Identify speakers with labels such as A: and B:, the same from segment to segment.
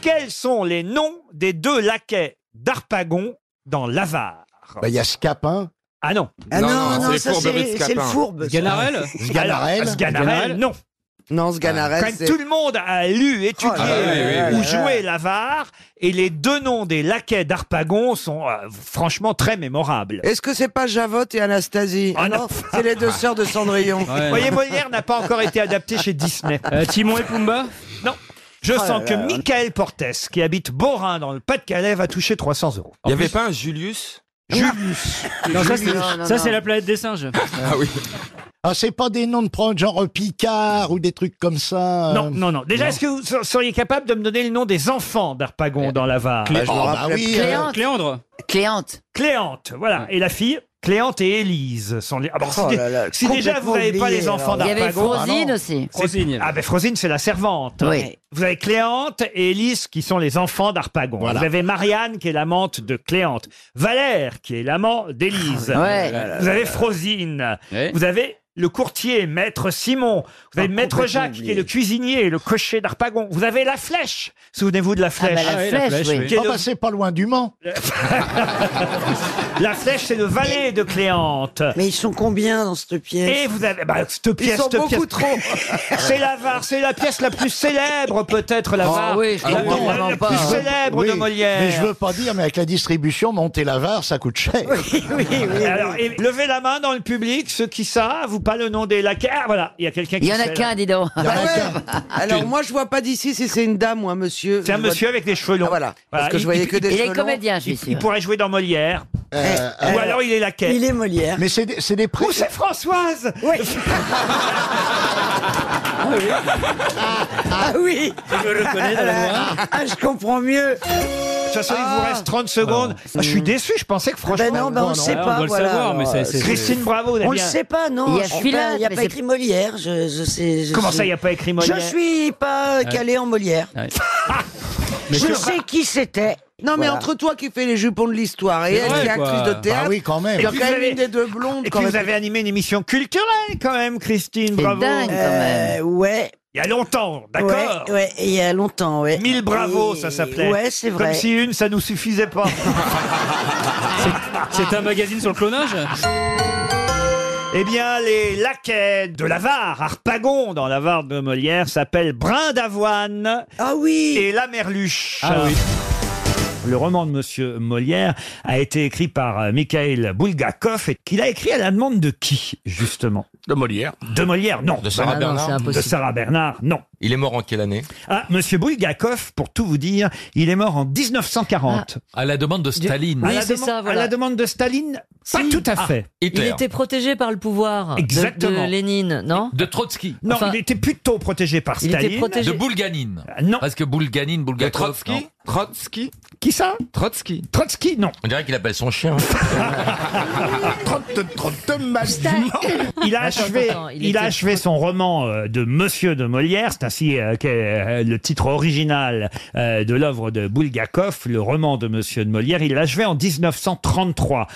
A: Quels sont les noms des deux laquais d'Arpagon dans l'Avare
B: Il
C: Bah, Ben,
B: y a Scapin.
A: Ah non.
C: Ah non, non, ça c'est c'est le fourbe. ça.
A: Sganarelle
B: Sganarelle
A: Sganarelle, non.
C: Ah, Non, ce
A: Quand tout le monde a lu, étudié
C: Oh là là,
A: euh,
C: oui, oui,
A: ou
C: oui.
A: joué l'avare, et les deux noms des laquais d'Arpagon sont euh, franchement très mémorables.
C: Est-ce que c'est pas Javotte et Anastasie
A: Ah non.
C: c'est les deux sœurs de Cendrillon.
A: Vous voyez, Molière n'a pas encore été adapté chez Disney.
D: Euh, Timon et Pumba
A: Non. Je
C: Oh là
A: sens que
C: là.
A: Michael Portes, qui habite Borin dans le Pas-de-Calais, va toucher 300 euros.
E: Il n'y avait pas un Julius
A: Julius.
D: Non, ça, c'est-
C: Non, non,
D: ça,
C: non.
D: c'est la planète des singes.
E: Ah oui.
B: Ah, c'est pas des noms de prendre genre euh, Picard ou des trucs comme ça.
A: Non,
B: euh.
A: non, non. Déjà,
B: non.
A: est-ce que vous ser- seriez capable de me donner le nom des enfants
C: Euh,
A: d'Arpagon dans l'avare
D: Ah,
B: Bah, je me
C: Oh, bah
B: rappelais
C: oui,
B: plus.
C: euh,
D: Cléandre.
F: Cléante.
A: Cléante, voilà. Et la fille Cléante et Élise sont les. Ah bon, si
C: Oh
A: dé-
C: là là,
A: si déjà vous
C: complètement
A: n'avez pas
C: oublié,
A: les enfants
C: alors.
F: Il y avait
A: d'Arpagon.
F: Frosine aussi.
A: C'est-
D: Frosine.
A: Ah ben Frosine, c'est la servante.
F: Oui.
A: Vous avez Cléante et Élise qui sont les enfants d'Arpagon.
B: Voilà.
A: Vous avez Marianne qui est l'amante de Cléante. Valère qui est l'amant d'Élise.
F: Ah Ouais.
A: Vous avez Frosine.
D: Ouais.
A: Vous avez le courtier, maître Simon. Vous avez maître
C: Ah, complètement
A: Jacques qui est
C: oublié.
A: le cuisinier, le cocher d'Arpagon. Vous avez la flèche. Souvenez-vous de la
F: Ah
A: flèche.
F: bah
D: Ah
F: la
D: oui, la
F: flèche,
D: flèche,
F: oui.
D: oui.
A: Qui est
B: Ah,
A: le-
B: bah c'est pas loin du Mans.
A: La flèche, c'est le valet de Cléante.
C: Mais ils sont combien dans cette pièce
A: Et vous avez bah, cette pièce,
C: sont
A: cette
C: beaucoup
A: pièce. trop. c'est l'avare, c'est la pièce la plus célèbre peut-être l'avare.
F: Ah oui, je
A: La-
F: comprends
A: la-
F: vraiment
A: la
F: pas.
A: plus
C: euh,
F: Ah,
A: célèbre de
B: Oui,
A: Molière.
B: Mais je veux pas dire, mais avec la distribution, monter l'avare, ça coûte cher.
C: Oui, oui.
A: Alors, et levez la main dans le public, ceux qui savent ou pas le nom des laquais. Ah, voilà, il y a quelqu'un qui
F: Il y en a
A: sait, là.
F: qu'un, dis donc.
B: Il y en a
C: Ah Ouais.
B: qu'un.
C: Alors moi je vois pas d'ici si c'est une dame ou un monsieur.
A: C'est un
C: Je vois-
A: monsieur avec des cheveux longs.
C: Ah, voilà. Parce que
A: il-
C: je voyais
A: il-
C: que des
F: Il
C: cheveux
F: est
C: longs.
F: comédien, je suis
A: Il, il
F: sûr.
A: pourrait jouer dans Molière.
B: Euh,
A: ou alors il est laquais.
C: Il est Molière.
B: Mais c'est des, c'est des Ah, prix.
A: Où c'est Françoise
C: Oui. ah oui.
D: Je le connais dans la Loire.
C: Ah je comprends mieux.
A: De toute façon, il vous reste 30 secondes. Ah, je suis déçu, je pensais que franchement...
C: Ben non, ben on ne sait
D: Ouais, on
C: pas.
D: doit le
C: voilà,
D: savoir,
C: alors,
D: mais c'est-
C: euh,
D: c'est-
A: Christine Bravo,
G: On
A: Damien.
G: le sait pas, non
F: Il y a
G: je sais
F: Schiller,
G: pas, Il n'y a
F: mais
G: pas
F: c'est-
G: écrit Molière, je, je sais. je
A: Comment
G: sais-
A: ça, il n'y a pas écrit Molière
G: Je suis pas euh, calé en Molière.
D: Ouais.
G: je sais qui c'était.
C: Non, mais
G: Voilà.
C: entre toi qui fais les jupons de l'histoire et
D: C'est
C: elle
D: vrai,
C: qui est actrice
D: quoi.
C: de
B: Bah
C: théâtre,
B: oui, quand
C: il y
B: même.
C: a
A: Et
C: quand
A: puis vous
C: même
A: avez-
C: une des deux blondes.
A: Et
C: quand
A: puis vous
C: même.
A: avez animé une émission culturelle quand même, Christine,
F: C'est
A: bravo.
F: dingue. quand même.
G: Euh, ouais,
A: Il y a longtemps,
G: ouais,
A: d'accord
G: ouais, il y a longtemps, ouais.
A: Mille bravos,
G: Et-
A: ça s'appelait.
G: Ouais, c'est vrai.
A: Comme si une, ça nous suffisait pas.
D: C'est un magazine sur le clonage
A: eh bien, les laquais de l'Avare, Arpagon, dans l'Avare de Molière, s'appellent Brin d'Avoine
G: Ah oui.
A: et La Merluche.
D: Ah oui.
A: Le roman de Monsieur Molière a été écrit par euh, Mikhail Bulgakov et qu'il a écrit à la demande de qui, justement
E: De Molière.
A: De Molière, non.
E: De Sarah
F: Ah non,
E: Bernard.
F: c'est
A: De
F: impossible.
A: Sarah Bernard, non.
E: Il est mort en quelle année
A: Ah, Monsieur Bulgakov, pour tout vous dire, il est mort en 1940.
H: À la demande de Staline.
A: à, la
F: Ah, c'est
A: demande-
F: ça, voilà. Ah.
A: à la demande de Staline, pas tout à fait.
F: Il
E: Hitler.
F: était protégé par le pouvoir de-
A: Exactement.
F: de Lénine, non
H: De Trotsky.
A: Non,
F: Enfin,
A: il était plutôt protégé par
F: Il
A: Staline.
F: était
H: De
F: protégé.
H: Bulganine.
A: Ah, Non,
H: Parce que Bulganine,
E: De
H: Bulgakov.
E: Trotsky
H: non.
E: Trotsky
A: qui ça
E: Trotsky.
A: Trotsky, non.
E: On dirait qu'il appelle son chien. hein. Trotte, trotte,
A: Il a
F: Attends,
A: achevé,
F: attends,
A: il
F: il
A: a
F: était-
A: achevé son roman euh, de Monsieur de Molière, c'est ainsi euh, qu'est euh, le titre original euh, de l'œuvre de Bulgakov, le roman de Monsieur de Molière. Il l'a achevé en 1933.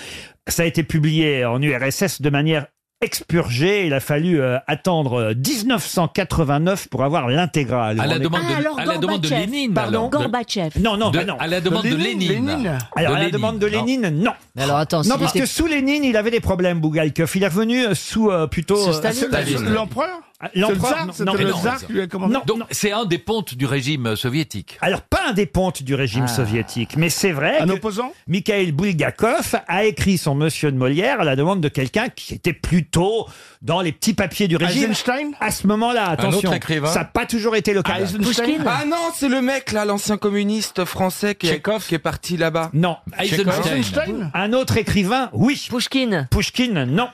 A: Ça a été publié en URSS de manière expurgée. Il a fallu euh, attendre euh, 1989 pour avoir l'intégrale.
H: À
A: On
H: la
A: est-
H: demande
I: Ah, alors
H: de, à la demande de
I: Gorbatchev.
H: Lénine.
A: Pardon
H: alors. De-
I: Gorbatchev.
A: Non, non,
H: de-
A: bah non.
H: à la demande de Lénine.
A: Alors,
H: De
A: à la
H: Lénine.
A: demande de
H: Non.
A: Lénine, non.
F: Alors attends,
A: Non,
F: s'il
A: parce
F: était-
A: que sous Lénine, il avait des problèmes, Bougalkov. Il est revenu euh, sous euh, plutôt.
D: Oh,
F: Sous
A: euh,
F: Staline.
H: Staline.
J: L'empereur
A: Ah,
J: C'est
A: L'empereur
J: le tsar,
A: non,
J: c'était
A: non,
J: le
H: non,
J: tsar qui lui a commandé.
A: non,
H: Donc
A: non.
H: c'est un des pontes du régime euh, soviétique.
A: Alors, pas un des pontes du régime soviétique, mais c'est vrai
J: Ah. Un
A: que
J: opposant
A: Mikhail Bulgakov a écrit son Monsieur de Molière à la demande de quelqu'un qui était plutôt dans les petits papiers du régime.
J: Eisenstein
A: À ce moment-là, attention,
E: autre écrivain
A: ça n'a pas toujours été le cas.
J: Eisenstein
E: Ah non, c'est le mec là, l'ancien communiste français qui, est- qui est parti là-bas.
A: Non.
H: Eisenstein.
J: Eisenstein
A: Un autre écrivain, oui.
F: Pouchkine.
A: Pouchkine, non.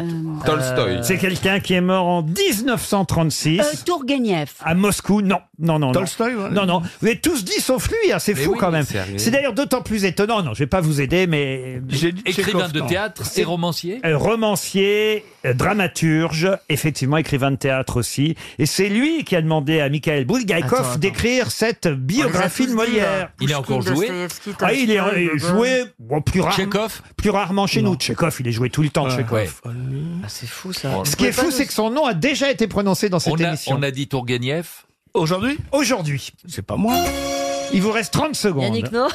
H: Euh,
E: Tolstoy.
A: C'est quelqu'un qui est mort en 1936.
I: Euh, Tourguenieff.
A: À Moscou, non, non, non, non.
J: Tolstoy ouais.
A: Non, non, vous avez tous dit sauf lui, hein, c'est
E: Mais
A: fou
E: oui,
A: quand même.
E: c'est arrivé.
A: C'est d'ailleurs d'autant plus étonnant, non, je vais pas vous aider, mais
J: J'ai dit
H: Écrivain
J: Tchekhov,
H: de
J: non.
H: théâtre et romancier.
A: euh, romancier, euh, dramaturge, effectivement écrivain de théâtre aussi. Et c'est lui qui a demandé à Mikhail
F: Attends, attends.
A: Bulgakov d'écrire cette biographie de Molière.
H: Il est encore joué.
A: Ah, il est euh, joué bon, plus, rare-
H: Tchekhov.
A: plus rarement chez nous. Tchekhov, il est joué tout le temps. Tchekhov.
H: Ouais.
F: Ah, c'est fou ça.
A: Ce qui est fou, c'est que son nom a déjà été prononcé dans cette
H: On a,
A: émission.
H: on a dit Tourguenieff.
J: Aujourd'hui
A: Aujourd'hui,
J: C'est pas moi.
A: Il vous reste 30 secondes.
F: Yannick, non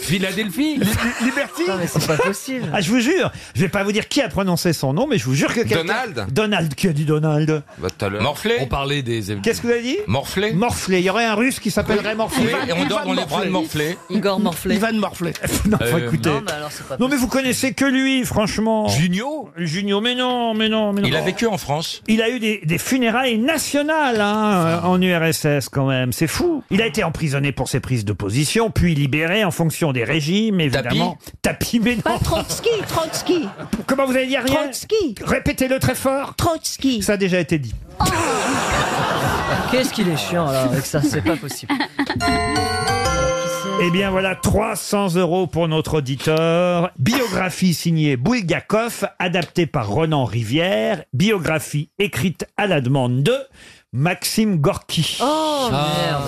E: Philadelphie
A: Liberty
F: Non, mais c'est pas possible.
A: Ah, je vous jure, je vais pas vous dire qui a prononcé son nom, mais je vous jure que quelqu'un...
E: Donald
A: Donald, qui a dit Donald
E: Bah tout à l'heure.
H: On
E: Morflé
H: parlait des.
A: Qu'est-ce que vous avez dit
E: Morflé
A: Morflé. Il y aurait un russe qui s'appellerait Morflé.
E: Oui, et on dort dans les bras de Morflé.
F: Igor Morflet.
B: Ivan Morflet.
A: Non, enfin,
H: Euh,
A: écoutez.
F: Non, mais alors c'est pas
A: Non, mais vous connaissez que lui, franchement.
E: Junio
A: Junio, mais non, mais non, mais non.
E: Il a vécu en France.
A: Il a eu des, des funérailles nationales hein, euh, en URSS quand même, c'est fou. Il a été emprisonné pour ses prises de position, puis libéré en fonction des régimes, évidemment. Tapis, mais non.
I: Pas Trotsky, Trotsky,
A: Comment vous allez dire rien
I: Trotsky,
A: Répétez-le très fort.
I: Trotsky.
A: Ça a déjà été dit.
F: Qu'est-ce qu'il est chiant là avec ça, c'est pas possible.
A: Eh bien voilà, 300 euros pour notre auditeur. Biographie signée Bulgakov, adaptée par Ronan Rivière. Biographie écrite à la demande de Maxime Gorky.
F: Oh merde.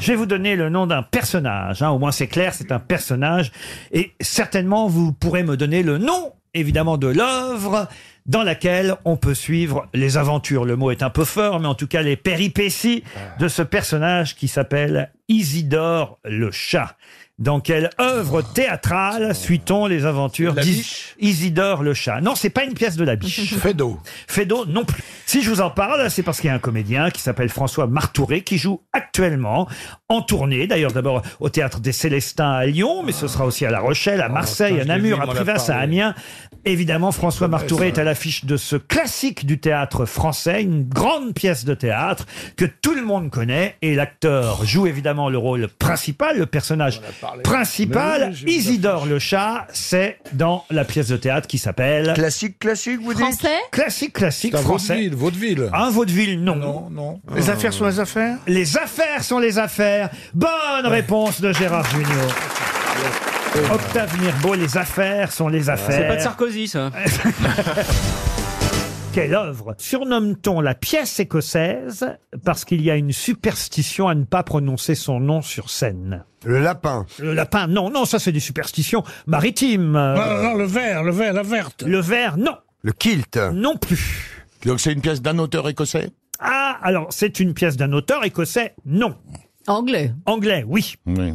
A: Je vais vous donner le nom d'un personnage. hein. Au moins, c'est clair, c'est un personnage. Et certainement, vous pourrez me donner le nom, évidemment, de l'œuvre dans laquelle on peut suivre les aventures. Le mot est un peu fort, mais en tout cas, les péripéties de ce personnage qui s'appelle Isidore le chat. Dans quelle œuvre théâtrale suit-on les aventures d'Isidore le chat Non, c'est pas une pièce de la biche.
B: Fedo.
A: Fedo non plus. Si je vous en parle, c'est parce qu'il y a un comédien qui s'appelle François Martouré qui joue actuellement en tournée. D'ailleurs, d'abord au Théâtre des Célestins à Lyon, mais ce sera aussi à La Rochelle, à Marseille, à
B: putain, Ah, je l'ai
A: Namur,
B: vu,
A: à
B: on m'en a
A: Privas, à
B: parlé.
A: Amiens. Évidemment, François Martouré
B: ça.
A: est à l'affiche de ce classique du théâtre français, une grande pièce de théâtre que tout le monde connaît. Et l'acteur joue évidemment le rôle principal, le personnage
B: Mais
A: principal.
B: oui, j'ai vu
A: Isidore le chat, c'est dans la pièce de théâtre qui s'appelle
C: Classique, classique, vous
I: Français
A: Classique, classique
B: C'est un
A: français.
B: vaudeville, vaudeville.
A: Un vaudeville, non.
B: Non, non.
J: Les affaires sont les affaires
A: Les affaires sont les affaires. Bonne réponse de Gérard Junior. Octave Mirbeau, les affaires sont les
D: C'est pas de
A: affaires.
D: Sarkozy, ça.
A: Quelle œuvre Surnomme-t-on la pièce écossaise parce qu'il y a une superstition à ne pas prononcer son nom sur scène
J: Le lapin.
A: Le lapin, non, non, ça c'est des superstitions maritimes. Euh,
J: Non, non, le vert, le vert, la verte.
A: Le verre, non,
J: Le kilt.
A: non plus.
B: Donc c'est une pièce d'un auteur écossais
A: Ah, alors c'est une pièce d'un auteur écossais, non.
I: Anglais.
A: Anglais, oui.
B: Oui.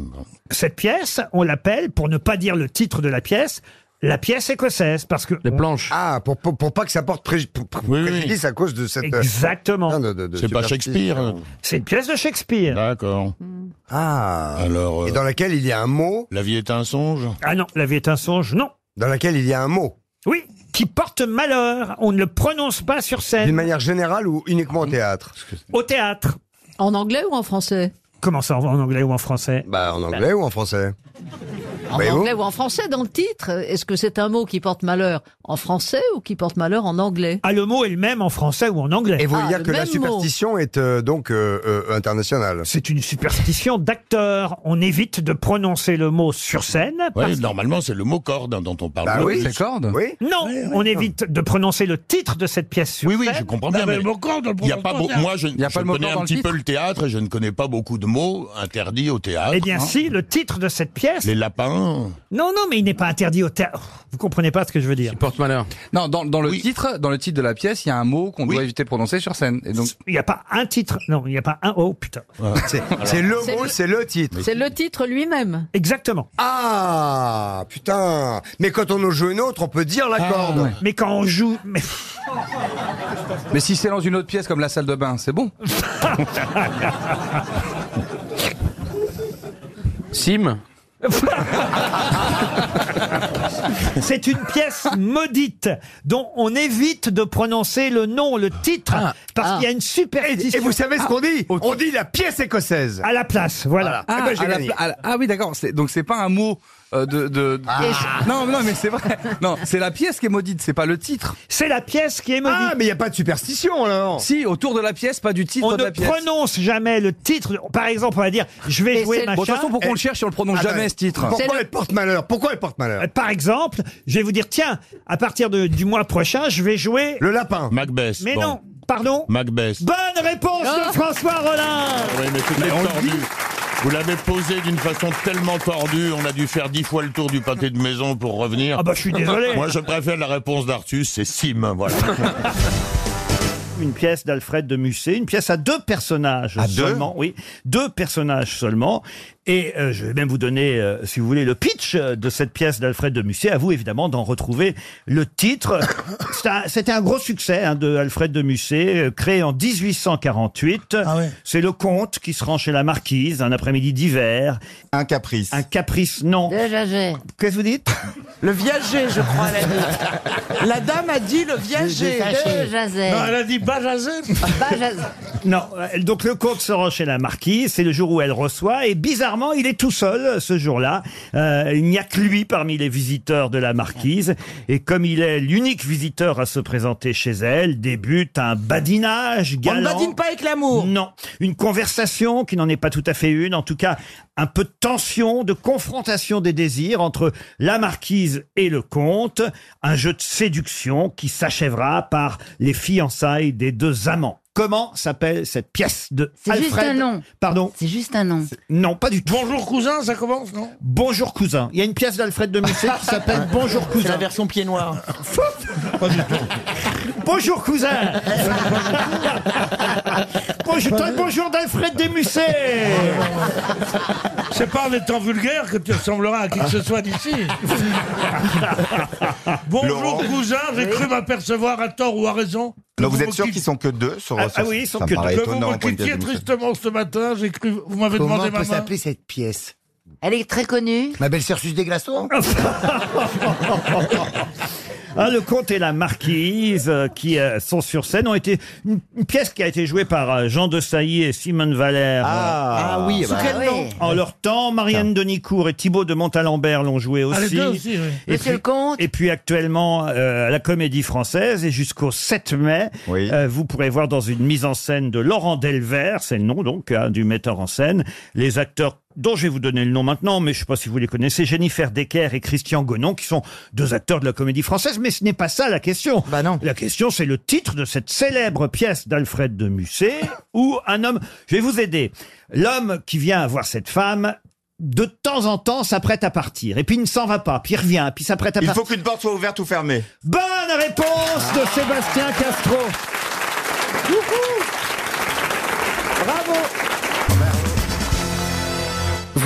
A: Cette pièce, on l'appelle, pour ne pas dire le titre de la pièce, la pièce écossaise, parce que...
H: Les planches.
J: Ah, pour, pour, pour pas que ça porte pré- pour- pour
B: Oui, oui.
J: préjudice à cause de cette. euh,
A: Exactement.
J: de- de- de
B: C'est pas
J: superstition.
B: Shakespeare.
A: C'est une pièce de Shakespeare.
B: D'accord.
J: Ah.
B: Alors, euh,
J: Et dans laquelle il y a un mot.
B: la vie est un songe
A: Ah non, la vie est un songe, non.
J: Dans laquelle il y a un mot.
A: Oui, qui porte malheur. On ne le prononce pas sur
J: D'une
A: scène,
J: manière générale ou uniquement
B: Ah,
J: au théâtre
A: au théâtre.
I: En anglais ou en français
A: Comment ça, en en anglais ou en français
J: Bah, en anglais ou en français
I: En
J: Voyez-vous
I: anglais ou en français dans le titre Est-ce que c'est un mot qui porte malheur en français ou qui porte malheur en anglais
A: Ah, le mot est le même en français ou en anglais.
J: Et vous voulez
I: Ah,
J: dire
I: le
J: que la
I: même mot.
J: superstition est euh, donc euh, euh, internationale
A: C'est une superstition d'acteur. On évite de prononcer le mot sur scène. parce-
B: Oui, normalement, c'est le mot corde hein, dont on parle.
J: Bah oui.
E: Les cordes
J: Oui
A: Non, on évite de prononcer le titre de cette pièce sur
B: Oui, oui,
A: scène.
B: je comprends bien. mais il y a pas beau- moi, je,
E: Il y a pas
B: je
E: le mot
B: connais
E: corde dans
B: un
E: le
B: petit peu
E: titre.
B: le théâtre et je ne connais pas beaucoup de mots interdits au théâtre.
A: Eh bien,
B: hein.
A: si, le titre de cette pièce.
B: Les lapins.
A: Non, non, mais il n'est pas interdit au théâtre. Vous comprenez pas ce que je veux dire.
E: Porte-malheur.
K: Non, dans, dans le
B: Oui.
K: titre, dans le titre de la pièce, il y a un mot qu'on
B: Oui.
K: doit éviter de prononcer sur scène. Et donc,
A: Il n'y a pas un titre. Non, il n'y a pas un. Oh putain.
B: Ah.
J: C'est c'est le
I: C'est
J: mot,
I: le-
J: c'est le titre.
I: C'est le titre lui-même.
A: Exactement.
J: Ah, putain Mais quand on en joue une autre, on peut dire
B: Ah,
J: la corde.
K: ouais.
A: Mais quand on joue. mais-
K: mais si c'est dans une autre pièce comme la salle de bain, c'est bon.
D: Sim.
A: C'est une pièce maudite dont on évite de prononcer le nom, le titre, parce qu'il y a une
J: Et
A: superstition
J: vous savez ce
K: Ah,
J: qu'on dit On dit la pièce écossaise.
A: à la place. Voilà.
J: Ah, ben, j'ai
K: à la
J: gagné.
K: pla- à la- ah oui, d'accord. C'est- Donc c'est pas un mot euh, de. de- de- Non, non, mais c'est vrai. Non, c'est la pièce qui est maudite, c'est pas le titre.
H: ah.
A: C'est la pièce qui est maudite.
J: Ah, mais il n'y a pas de superstition alors
K: Si, autour de la pièce, pas du titre
A: on
K: de
A: ne
K: la pièce.
A: prononce jamais le titre. Par exemple, on va dire je vais
I: Et
A: jouer
I: c'est-
K: Bon, de toute
A: machin.
K: façon, pourquoi on le cherche si on le prononce
J: Attends,
K: jamais ce titre
I: C'est
J: Pourquoi
I: le-
J: elle porte malheur Pourquoi elle porte malheur
A: Euh, Par exemple, je vais vous dire tiens, à partir de- du mois prochain, je vais jouer.
J: Le lapin.
B: Macbeth.
A: Mais
B: bon.
A: non, pardon.
B: Macbeth.
A: Bonne réponse de François Rollin.
B: Oui, mais tout est tordu. Vous l'avez posé d'une façon tellement tordue, on a dû faire dix fois le tour du pâté de maison pour revenir.
A: Ah bah je suis désolé.
B: Moi, je préfère la réponse d'Artus, c'est Sim, voilà.
A: une pièce d'Alfred de Musset, une pièce à deux personnages
B: À deux
A: seulement, oui, deux personnages seulement. Et euh, je vais même vous donner, euh, si vous voulez, le pitch euh, de cette pièce d'Alfred de Musset. À vous, évidemment, d'en retrouver le titre. C'est un- C'était un, gros succès hein, de Alfred de Musset, euh, créé en 1848.
B: Ah
A: C'est le comte qui se rend chez la marquise un après-midi d'hiver. Un caprice. Un caprice, non. Qu'est-ce que vous dites
C: Le viager, je crois, elle a dit. La dame a dit le viager.
I: Le jaser. Non, elle
C: a dit bajager.
A: Non, euh, donc le comte se rend chez la marquise, c'est le jour où elle reçoit, et bizarrement, il est tout seul euh, ce jour-là. Euh, il n'y a que lui parmi les visiteurs de la marquise, et comme il est l'unique visiteur à se présenter chez elle, débute un badinage
C: On
A: galant.
C: ne badine pas avec l'amour.
A: Non, une conversation qui n'en est pas tout à fait une, en tout cas un peu de tension, de confrontation des désirs entre la marquise et le comte, un jeu de séduction qui s'achèvera par les fiançailles des deux amants. Comment s'appelle cette pièce de
L: C'est
A: Alfred
L: juste un nom.
A: Pardon
L: C'est juste un nom.
A: Non, pas du tout.
L: Bonjour cousin, ça commence, non
A: Bonjour cousin. Il y a une pièce d'Alfred de Musset qui s'appelle Bonjour cousin. la version pied noir. Bonjour cousin. bonjour, toi, bonjour d'Alfred de Musset.
L: C'est pas en étant vulgaire que tu ressembleras à qui que ce soit d'ici. Bonjour
M: Laurent.
L: cousin, j'ai cru m'apercevoir à tort ou à raison.
M: Là,
L: que
M: vous
L: me
M: êtes sûr
L: quitt-
M: qu'ils sont que deux sur
L: Ah,
M: sur-
L: ah oui, ils sont
M: ça me
L: que
M: paraît
L: deux. Que vous
M: étonnant
L: me
M: pour une pièce
L: quittiez
M: de Moussa.
L: tristement ce matin, j'ai cru. Vous m'avez
N: Comment
L: demandé
N: peut
L: ma main.
N: s'appeler cette pièce
I: Elle est très connue.
N: Ma belle-sœur suce des glaçons
A: Ah, le comte et la marquise euh, qui euh, sont sur scène ont été une, une pièce qui a été jouée par euh, Jean de Sailly et Simone Valère.
N: Ah. Ah oui, Sous bah, quel oui. nom
A: En leur temps, Marianne Denicourt et Thibaut de Montalembert l'ont joué
N: Ah, les
A: aussi.
N: deux aussi, oui.
A: et,
N: Monsieur
A: puis,
N: le comte.
A: et puis actuellement euh, à la Comédie Française et jusqu'au 7 mai, euh, vous pourrez voir dans une mise en scène de Laurent Delvert, c'est le nom donc hein, du metteur en scène, les acteurs dont je vais vous donner le nom maintenant, mais je ne sais pas si vous les connaissez, Jennifer Decker et Christian Gonon, qui sont deux acteurs de la comédie française, mais ce n'est pas ça la question.
N: Bah
A: La question, c'est le titre de cette célèbre pièce d'Alfred de Musset, où un homme, je vais vous aider, l'homme qui vient voir cette femme, de temps en temps s'apprête à partir, et puis il ne s'en va pas, puis il revient, puis il s'apprête à
M: Il
A: partir.
M: faut qu'une porte soit ouverte ou fermée.
A: Bonne réponse de Sébastien Castro.
C: Bravo.